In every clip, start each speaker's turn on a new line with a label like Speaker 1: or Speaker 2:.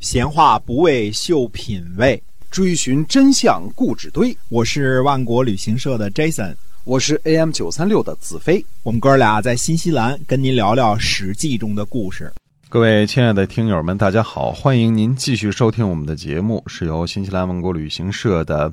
Speaker 1: 闲话不为秀品味，
Speaker 2: 追寻真相故纸堆。
Speaker 1: 我是万国旅行社的 Jason，
Speaker 2: 我是 AM 九三六的子飞。
Speaker 1: 我们哥俩在新西兰跟您聊聊《史记》中的故事。
Speaker 3: 各位亲爱的听友们，大家好！欢迎您继续收听我们的节目，是由新西兰万国旅行社的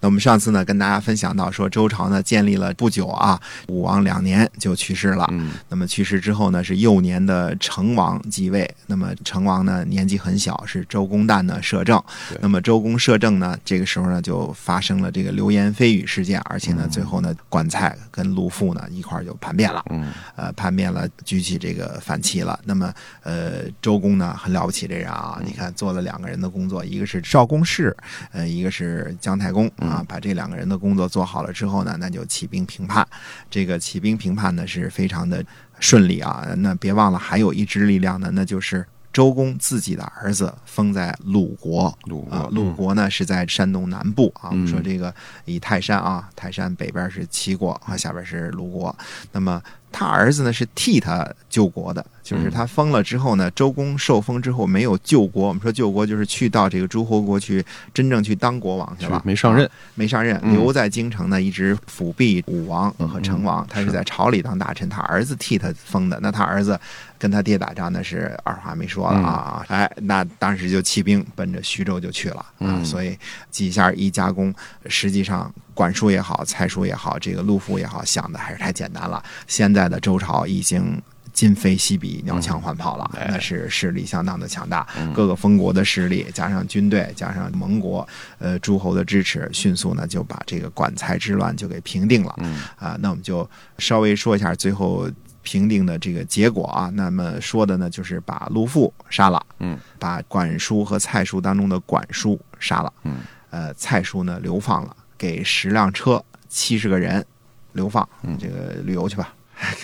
Speaker 1: 那我们上次呢，跟大家分享到说，周朝呢建立了不久啊，武王两年就去世了。
Speaker 3: 嗯，
Speaker 1: 那么去世之后呢，是幼年的成王继位。那么成王呢年纪很小，是周公旦呢摄政
Speaker 3: 对。
Speaker 1: 那么周公摄政呢，这个时候呢就发生了这个流言蜚语事件，而且呢最后呢管蔡跟陆父呢一块儿就叛变了。
Speaker 3: 嗯，
Speaker 1: 呃，叛变了，举起这个反旗了。那么呃，周公呢很了不起这人啊，
Speaker 3: 嗯
Speaker 1: 你看做了两个人的工作，一个是少公事，呃，一个是姜太公
Speaker 3: 嗯
Speaker 1: 啊，把这两个人的工作做好了之后呢，那就起兵平叛。这个起兵平叛呢是非常的顺利啊。那别忘了还有一支力量呢，那就是周公自己的儿子封在鲁国。
Speaker 3: 鲁
Speaker 1: 啊，
Speaker 3: 鲁
Speaker 1: 鲁国呢是在山东南部啊。我们说
Speaker 3: 嗯
Speaker 1: 这个以泰山啊，泰山北边是齐国啊，下边是鲁国。那么他儿子呢是替他救国的，就是他封了之后呢，周公受封之后没有救国。我们说救国就是去到这个诸侯国去真正去当国王去了，
Speaker 3: 没上任
Speaker 1: 啊，没上任，
Speaker 3: 嗯
Speaker 1: 留在京城呢，一直辅弼武王和成王。他是
Speaker 3: 是
Speaker 1: 在朝里当大臣，他儿子替他封的。那他儿子跟他爹打仗，那是二话没说了
Speaker 3: 嗯
Speaker 1: 啊！哎，那当时就起兵奔着徐州就去了啊。
Speaker 3: 嗯
Speaker 1: 所以几下一加工，实际上管叔也好，蔡叔也好，这个陆父也好，想的还是太简单了。现在的周朝已经。今非昔比，鸟枪换炮了，
Speaker 3: 哎
Speaker 1: 那是势力相当的强大，
Speaker 3: 嗯
Speaker 1: 各个封国的实力，加上军队，加上盟国，呃，诸侯的支持，迅速呢就把这个管蔡之乱就给平定了。
Speaker 3: 嗯
Speaker 1: 啊，那我们就稍微说一下最后评定的这个结果啊。那么说的呢，就是把陆父杀了，
Speaker 3: 嗯，
Speaker 1: 把管叔和蔡叔当中的管叔杀了，
Speaker 3: 嗯，
Speaker 1: 呃，蔡叔呢流放了，给十辆车、七十个人流放，
Speaker 3: 嗯
Speaker 1: 这个旅游去吧。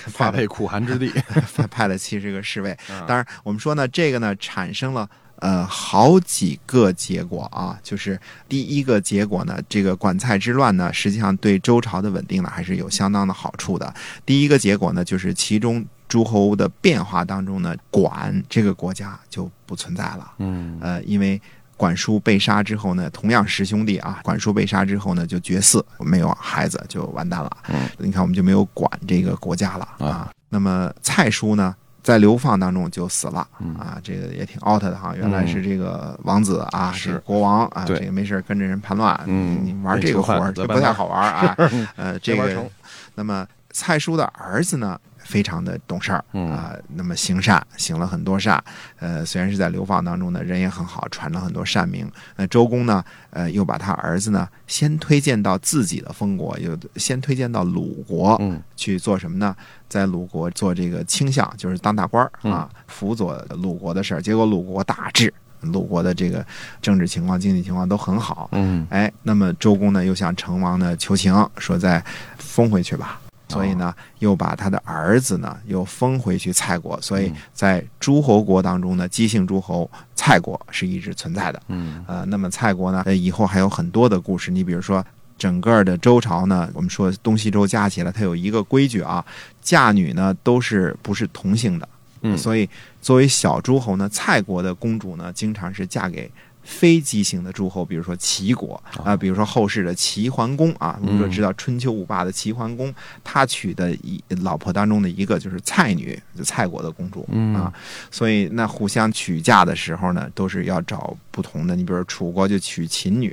Speaker 3: 发配苦寒之地。
Speaker 1: 派派了七十个侍卫。
Speaker 3: 嗯
Speaker 1: 当然，我们说呢，这个呢产生了呃好几个结果啊，就是第一个结果呢，这个管蔡之乱呢，实际上对周朝的稳定呢还是有相当的好处的。第一个结果呢，就是其中诸侯的变化当中呢，管这个国家就不存在了。
Speaker 3: 嗯
Speaker 1: 呃，因为管叔被杀之后呢，同样十兄弟啊，管叔被杀之后呢，就绝嗣，没有孩子就完蛋了。
Speaker 3: 嗯，
Speaker 1: 你看我们就没有管这个国家了
Speaker 3: 啊
Speaker 1: 啊。那么蔡叔呢，在流放当中就死了
Speaker 3: 嗯
Speaker 1: 啊，这个也挺 out 的哈。原来是这个王子啊，
Speaker 3: 是
Speaker 1: 这个国王啊，
Speaker 3: 对
Speaker 1: 这个没事儿跟着人叛乱，
Speaker 3: 嗯
Speaker 1: 你你玩这个活儿
Speaker 3: 被
Speaker 1: 就
Speaker 3: 触犯
Speaker 1: 不太好玩儿 啊。呃，这
Speaker 3: 没玩
Speaker 1: 个
Speaker 3: 成，
Speaker 1: 那么蔡叔的儿子呢，非常的懂事儿。
Speaker 3: 嗯
Speaker 1: 啊、那么行善，行了很多善，呃，虽然是在流放当中呢，人也很好，传了很多善名。那周公呢，呃，又把他儿子呢，先推荐到自己的封国，又先推荐到鲁国
Speaker 3: 嗯
Speaker 1: 去做什么呢？在鲁国做这个卿相，就是当大官儿
Speaker 3: 嗯
Speaker 1: 啊，辅佐鲁国的事儿。结果鲁国大治，鲁国的这个政治情况、经济情况都很好。
Speaker 3: 嗯
Speaker 1: 哎，那么周公呢又向成王呢求情，说再封回去吧。
Speaker 3: 哦
Speaker 1: 所以呢，又把他的儿子呢又封回去蔡国。所以
Speaker 3: 嗯
Speaker 1: 在诸侯国当中呢，姬姓诸侯蔡国是一直存在的。
Speaker 3: 嗯
Speaker 1: 呃，那么蔡国呢，呃，以后还有很多的故事。你比如说，整个的周朝呢，我们说东西周加起来，它有一个规矩啊，嫁女呢都是不是同姓的。呃
Speaker 3: 嗯
Speaker 1: 所以作为小诸侯呢，蔡国的公主呢，经常是嫁给。非姬姓的诸侯，比如说齐国啊、比如说后世的齐桓公啊，我们说
Speaker 3: 哦嗯
Speaker 1: 知道春秋五霸的齐桓公，他娶的一老婆当中的一个就是蔡女，就蔡国的公主。
Speaker 3: 嗯
Speaker 1: 啊所以那互相娶嫁的时候呢，都是要找不同的。你比如楚国就娶秦女，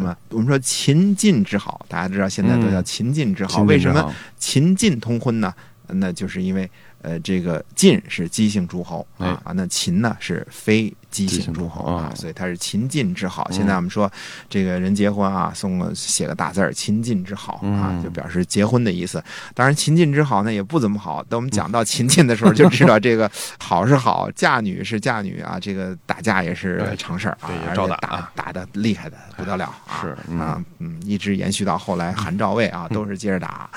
Speaker 1: 那么我们说秦晋之好，大家知道现在都叫
Speaker 3: 嗯
Speaker 1: 秦晋之好，
Speaker 3: 秦晋
Speaker 1: 为什
Speaker 3: 之
Speaker 1: 么
Speaker 3: 好
Speaker 1: 啊秦晋通婚呢？那就是因为呃，这个晋是姬姓诸侯
Speaker 3: 哎
Speaker 1: 啊，那秦呢是非姬
Speaker 3: 姬
Speaker 1: 姓
Speaker 3: 姓
Speaker 1: 诸
Speaker 3: 诸
Speaker 1: 侯
Speaker 3: 侯
Speaker 1: 啊，
Speaker 3: 啊
Speaker 1: 所以它是秦晋之好。
Speaker 3: 嗯
Speaker 1: 现在我们说这个人结婚啊，送个写个大字儿“秦晋之好”啊，
Speaker 3: 嗯
Speaker 1: 就表示结婚的意思。当然，秦晋之好呢也不怎么好。等我们讲到秦晋的时候，
Speaker 3: 嗯
Speaker 1: 就知道这个好是好，嫁女是嫁女啊，这个打架也是
Speaker 3: 对
Speaker 1: 常事儿啊
Speaker 3: 哎对，也
Speaker 1: 而
Speaker 3: 照
Speaker 1: 且
Speaker 3: 打
Speaker 1: 打
Speaker 3: 啊
Speaker 1: 打的厉害的不得了啊。
Speaker 3: 是嗯嗯
Speaker 1: 啊，嗯，一直延续到后来韩赵魏啊，都是接着打，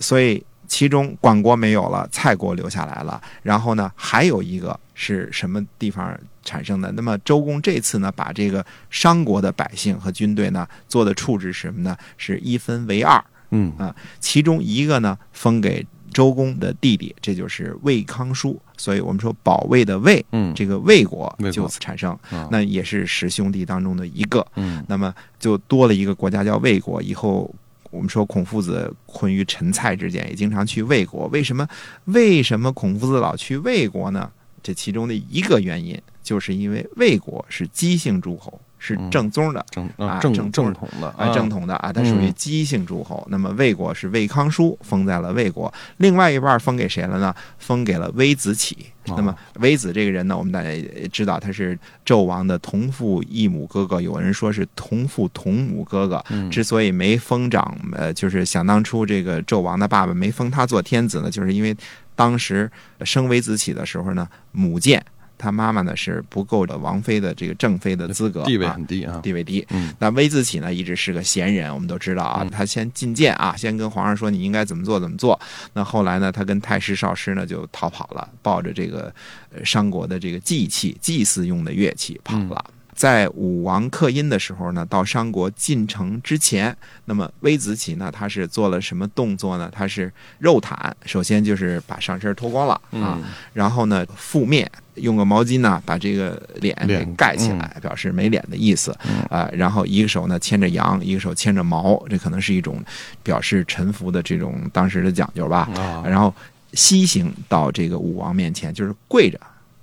Speaker 1: 所以其中管国没有了，蔡国留下来了，然后呢，还有一个是什么地方产生的？那么周公这次呢，把这个商国的百姓和军队呢做的处置是什么呢？是一分为二，
Speaker 3: 嗯
Speaker 1: 啊其中一个呢封给周公的弟弟，这就是魏康叔，所以我们说保卫的魏，
Speaker 3: 嗯
Speaker 1: 这个魏国
Speaker 3: 魏国
Speaker 1: 就此产生
Speaker 3: 啊，
Speaker 1: 那也是十兄弟当中的一个。
Speaker 3: 嗯
Speaker 1: 那么就多了一个国家叫魏国。以后我们说孔夫子困于陈蔡之间，也经常去魏国。为什么？为什么孔夫子老去魏国呢？这其中的一个原因，就是因为魏国是姬姓诸侯，是正宗的。
Speaker 3: 正
Speaker 1: 啊
Speaker 3: 正
Speaker 1: 正
Speaker 3: 正统的
Speaker 1: 啊，正统的啊，它属于
Speaker 3: 嗯
Speaker 1: 姬姓诸侯。那么魏国是魏康叔封在了魏国，另外一半封给谁了呢？封给了微子启。
Speaker 3: 哦
Speaker 1: 那么微子这个人呢，我们大家也知道他是纣王的同父异母哥哥，有人说是同父同母哥哥。
Speaker 3: 嗯
Speaker 1: 之所以没封长，呃，就是想当初这个纣王的爸爸没封他做天子呢，就是因为当时生微子启的时候呢，母贱。他妈妈呢是不够的王妃的这个正妃的资格，
Speaker 3: 地位
Speaker 1: 啊
Speaker 3: 很低啊，
Speaker 1: 地位低。
Speaker 3: 嗯
Speaker 1: 那微子启呢，一直是个贤人，我们都知道啊
Speaker 3: 嗯，
Speaker 1: 他先进谏啊，先跟皇上说你应该怎么做怎么做。那后来呢，他跟太师、少师呢就逃跑了，抱着这个呃商国的这个祭器、祭祀用的乐器跑了。
Speaker 3: 嗯
Speaker 1: 在武王克殷的时候呢，到商国进城之前，那么微子启呢，他是做了什么动作呢？他是肉袒，首先就是把上身脱光了啊，
Speaker 3: 嗯
Speaker 1: 然后呢覆面，用个毛巾呢把这个脸给
Speaker 3: 脸
Speaker 1: 盖起来，表示没脸的意思啊、然后一个手呢牵着羊，一个手牵着毛，这可能是一种表示臣服的这种当时的讲究吧。
Speaker 3: 啊，
Speaker 1: 然后西行到这个武王面前，就是跪着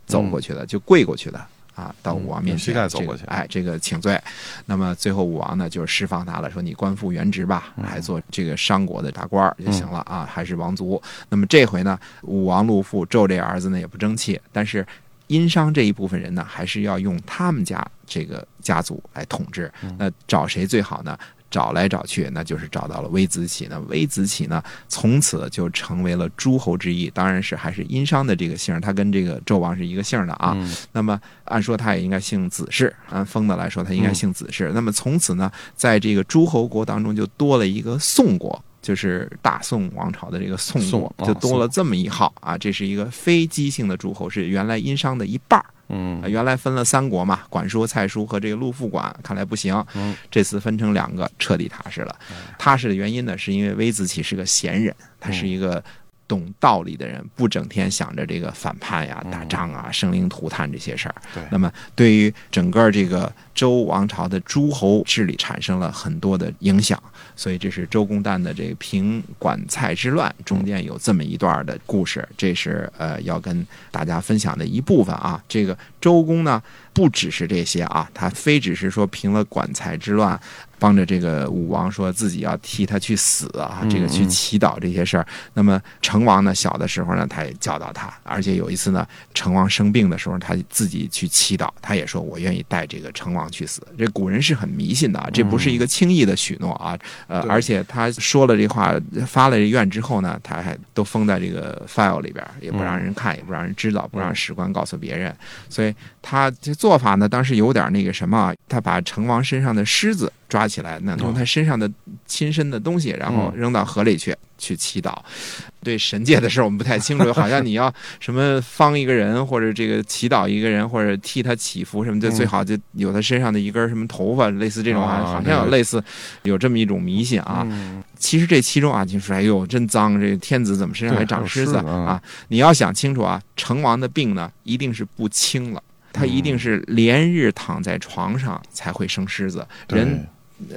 Speaker 1: 走过去的，就跪过去的啊，到武王面前，
Speaker 3: 嗯嗯用膝盖走过去
Speaker 1: 这个哎，这个请罪。那么最后武王呢，就是释放他了，说你官复原职
Speaker 3: 嗯
Speaker 1: 吧，还做这个商国的大官儿就行了啊，还是王族。那么这回呢，武王陆父纣这儿子呢也不争气，但是。殷商这一部分人呢，还是要用他们家这个家族来统治。那找谁最好呢？找来找去，那就是找到了微子启。那微子启呢，从此就成为了诸侯之一，当然是还是殷商的这个姓儿，他跟这个纣王是一个姓儿的啊。
Speaker 3: 嗯
Speaker 1: 那么按说他也应该姓子氏，按封的来说，他应该
Speaker 3: 嗯
Speaker 1: 姓子氏。那么从此呢，在这个诸侯国当中就多了一个宋国。就是大宋王朝的这个宋
Speaker 3: 宋
Speaker 1: 国，
Speaker 3: 啊
Speaker 1: 就多了这么一号啊，这是一个非姬姓的诸侯，是原来殷商的一半儿。
Speaker 3: 嗯
Speaker 1: 啊，原来分了三国嘛，管叔、蔡叔和这个陆父管，看来不行，
Speaker 3: 嗯
Speaker 1: 这次分成两个，彻底踏实了。踏实的原因呢，是因为微子启是个贤人，
Speaker 3: 嗯
Speaker 1: 他是一个懂道理的人，不整天想着这个反叛
Speaker 3: 嗯
Speaker 1: 呀、打仗啊、生灵涂炭这些事儿。
Speaker 3: 对
Speaker 1: 那么对于整个这个周王朝的诸侯治理产生了很多的影响，所以这是周公旦的这个平管蔡之乱中间有这么一段的故事，这是呃要跟大家分享的一部分啊。这个周公呢，不只是这些啊，他非只是说平了管蔡之乱，帮着这个武王说自己要替他去死啊，这个去祈祷这些事儿。那么成王呢，小的时候呢，他也教导他，而且有一次呢，成王生病的时候，他自己去祈祷，他也说我愿意带这个成王去死。这古人是很迷信的啊，这不是一个轻易的许诺啊，呃，
Speaker 3: 对
Speaker 1: 而且他说了这话，发了这愿之后呢，他还都封在这个 file 里边儿，也不让人看，也不让人知道，不让史官告诉别人。所以他这做法呢，当时有点那个什么啊，他把成王身上的狮子抓起来，那从他身上的亲身的东西，然后扔到河里去。去祈祷，对神界的事儿我们不太清楚，好像你要什么方一个人，或者这个祈祷一个人，或者替他祈福什么的，
Speaker 3: 嗯
Speaker 1: 最好就有他身上的一根什么头发，类似这种啊，
Speaker 3: 啊
Speaker 1: 好
Speaker 3: 对
Speaker 1: 像有
Speaker 3: 对
Speaker 1: 类似有这么一种迷信啊。
Speaker 3: 嗯
Speaker 1: 其实这其中啊，你说哎呦真脏，这天子怎么身上
Speaker 3: 对
Speaker 1: 还长虱子
Speaker 3: 还有虱子啊
Speaker 1: 啊？你要想清楚啊，成王的病呢一定是不轻了，他一定是连日躺在床上才会生虱子。
Speaker 3: 对
Speaker 1: 人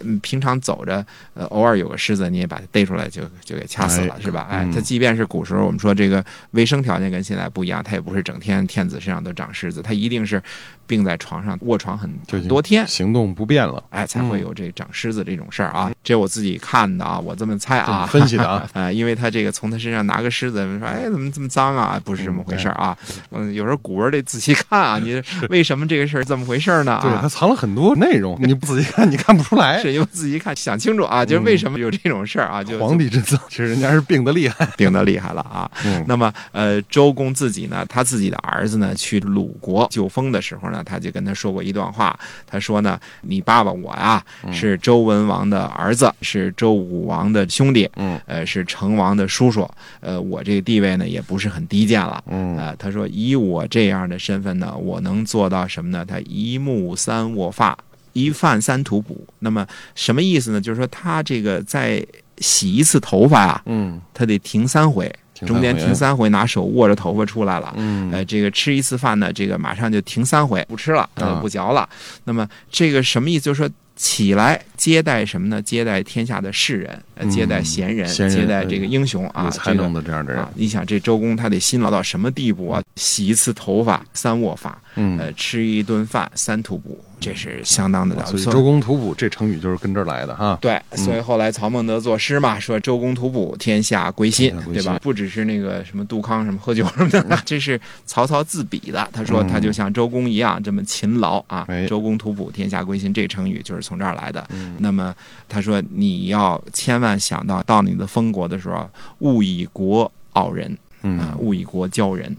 Speaker 1: 嗯平常走着，呃，偶尔有个虱子，你也把它逮出来就就给掐死了，
Speaker 3: 哎
Speaker 1: 是吧？
Speaker 3: 嗯
Speaker 1: 哎，他即便是古时候我们说这个卫生条件跟现在不一样，他也不是整天天子身上都长虱子，他一定是病在床上卧床很
Speaker 3: 就
Speaker 1: 很
Speaker 3: 已嗯经
Speaker 1: 多天，
Speaker 3: 行动不便了，
Speaker 1: 哎，才会有这长虱子这种事儿啊。这我自己看的啊，我这么猜
Speaker 3: 这么
Speaker 1: 啊，，
Speaker 3: 分析的啊
Speaker 1: 啊，因为他这个从他身上拿个狮子，说哎怎么这么脏啊？不是这么回事儿啊。嗯，有时候古人得仔 细看啊，你为什么这个事儿这么回事儿呢？
Speaker 3: 对哎
Speaker 1: 啊
Speaker 3: 他，藏了很多内容，你不仔细看你看不出来来
Speaker 1: 是因为自己看想清楚啊，就是为什么有这种事儿啊，就
Speaker 3: 嗯皇帝之葬，其实人家是病得厉害。
Speaker 1: 病得厉害了啊。
Speaker 3: 嗯
Speaker 1: 那么，呃，周公自己呢，他自己的儿子呢，去鲁国救封的时候呢，他就跟他说过一段话。他说呢，你爸爸我啊，
Speaker 3: 嗯
Speaker 1: 是周文王的儿子，是周武王的兄弟，
Speaker 3: 嗯，
Speaker 1: 呃，是成王的叔叔，呃，我这个地位呢，也不是很低贱了。
Speaker 3: 嗯
Speaker 1: 啊，他说以我这样的身份呢，我能做到什么呢？他一目三握发，一饭三吐哺。那么什么意思呢？就是说他这个在洗一次头发啊，
Speaker 3: 嗯，
Speaker 1: 他得停三回，
Speaker 3: 停三
Speaker 1: 中间
Speaker 3: 回
Speaker 1: 停三回，拿手握着头发出来了。
Speaker 3: 嗯
Speaker 1: 呃，这个吃一次饭呢，这个马上就停三回，不吃了，呃
Speaker 3: 啊
Speaker 1: 不嚼了。那么这个什么意思？就是说。起来接待什么呢？接待天下的士人，呃接待
Speaker 3: 嗯
Speaker 1: 贤人，
Speaker 3: 贤人
Speaker 1: 接待这个英雄啊，
Speaker 3: 有
Speaker 1: 这
Speaker 3: 才
Speaker 1: 个
Speaker 3: 能的这样的人
Speaker 1: 啊，，你想这周公他得辛劳到什么地步啊？洗一次头发三握发，
Speaker 3: 嗯，
Speaker 1: 呃，吃一顿饭三吐哺，这是相当的了不
Speaker 3: 所以
Speaker 1: 起。
Speaker 3: 周公吐哺这成语就是跟这儿来的哈。
Speaker 1: 对，所以后来曹孟德作诗嘛，说周公吐哺，天下归心
Speaker 3: 天下，归
Speaker 1: 对吧
Speaker 3: 心？嗯
Speaker 1: 不只是那个什么杜康什么喝酒什么的， 这是曹操自比的。他说他就像周公一样这么勤劳啊
Speaker 3: 哎，嗯
Speaker 1: 周公吐哺，天下归心，这成语就是从这儿来的。那么他说你要千万想到到你的封国的时候，勿以国傲人。啊，
Speaker 3: 嗯
Speaker 1: 勿以国骄人，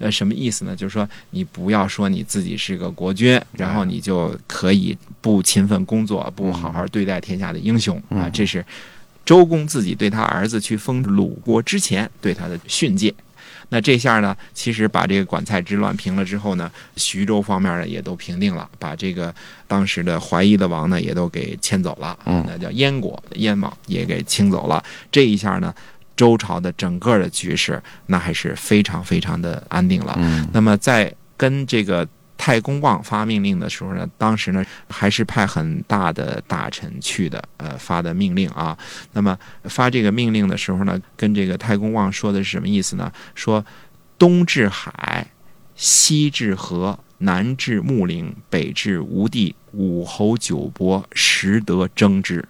Speaker 1: 呃，什么意思呢？就是说你不要说你自己是个国君，然后你就可以不勤奋工作，不好好对待天下的英雄啊，这是周公自己对他儿子去封鲁国之前对他的训诫。那这下呢，其实把这个管蔡之乱平了之后呢，徐州方面呢也都平定了，把这个当时的怀疑的王呢也都给迁走了，
Speaker 3: 嗯
Speaker 1: 那叫燕国燕王也给清走了。这一下呢，周朝的整个的局势那还是非常非常的安定了。
Speaker 3: 嗯
Speaker 1: 那么在跟这个太公望发命令的时候呢，当时呢还是派很大的大臣去的，呃，发的命令啊。那么发这个命令的时候呢，跟这个太公望说的是什么意思呢？说东至海，西至河，南至穆陵，北至吴地，五侯九伯，实得争之。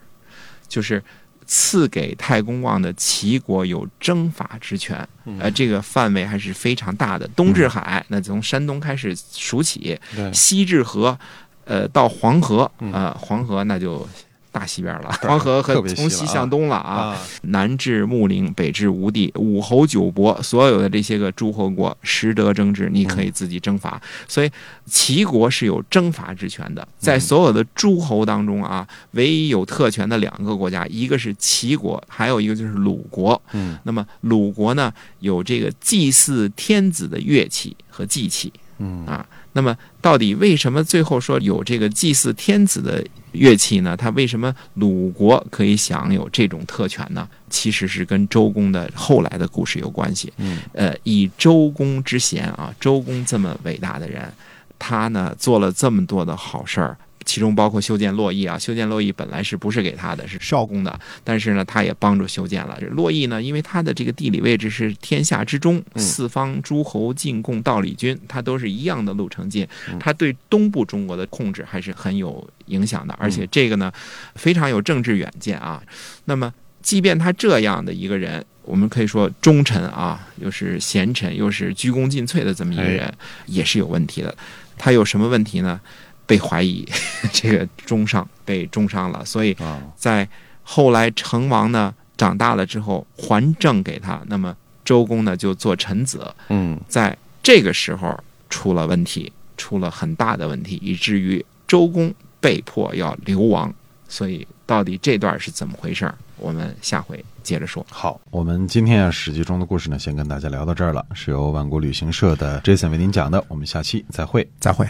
Speaker 1: 就是赐给太公望的齐国有征伐之权，呃，这个范围还是非常大的。东至海，那从山东开始数起，
Speaker 3: 对，
Speaker 1: 西至河，呃，到黄河，
Speaker 3: 嗯
Speaker 1: 呃，黄河那就大西边了，黄河和
Speaker 3: 特别西
Speaker 1: 从
Speaker 3: 了
Speaker 1: 西
Speaker 3: 啊
Speaker 1: 向东了 啊。，南至穆陵，北至吴地，五侯九伯，所有的这些个诸侯国，实得争之，你可以自己征伐。所以齐国是有征伐之权的，在所有的诸侯当中啊，唯一有特权的两个国家，一个是齐国，还有一个就是鲁国。
Speaker 3: 嗯，
Speaker 1: 那么鲁国呢，有这个祭祀天子的乐器和祭器。
Speaker 3: 嗯
Speaker 1: 啊，那么到底为什么最后说有这个祭祀天子的乐器呢？它为什么鲁国可以享有这种特权呢？其实是跟周公的后来的故事有关系。
Speaker 3: 嗯，
Speaker 1: 呃，以周公之贤啊，周公这么伟大的人，他呢做了这么多的好事儿。其中包括修建洛邑啊，修建洛邑本来是不是给他的，是少公的，但是呢，他也帮助修建了。这洛邑呢，因为它的这个地理位置是天下之中，
Speaker 3: 嗯
Speaker 1: 四方诸侯进贡到李军，它都是一样的路程进，它对东部中国的控制还是很有影响的。而且这个呢，非常有政治远见啊。那么，即便他这样的一个人。我们可以说忠臣啊，又是贤臣，又是鞠躬尽瘁的这么一个人，也是有问题的。他有什么问题呢？被怀疑， 这个中伤，被中伤了。所以
Speaker 3: 啊，
Speaker 1: 在后来成王呢长大了之后还政给他，那么周公呢就做臣子，
Speaker 3: 嗯
Speaker 1: 在这个时候出了问题，出了很大的问题，以至于周公被迫要流亡。所以到底这段是怎么回事儿？我们下回接着说。
Speaker 3: 好，我们今天啊《史记》中的故事呢，先跟大家聊到这儿了，是由万国旅行社的 Jason 为您讲的，我们下期再会。
Speaker 1: 再会。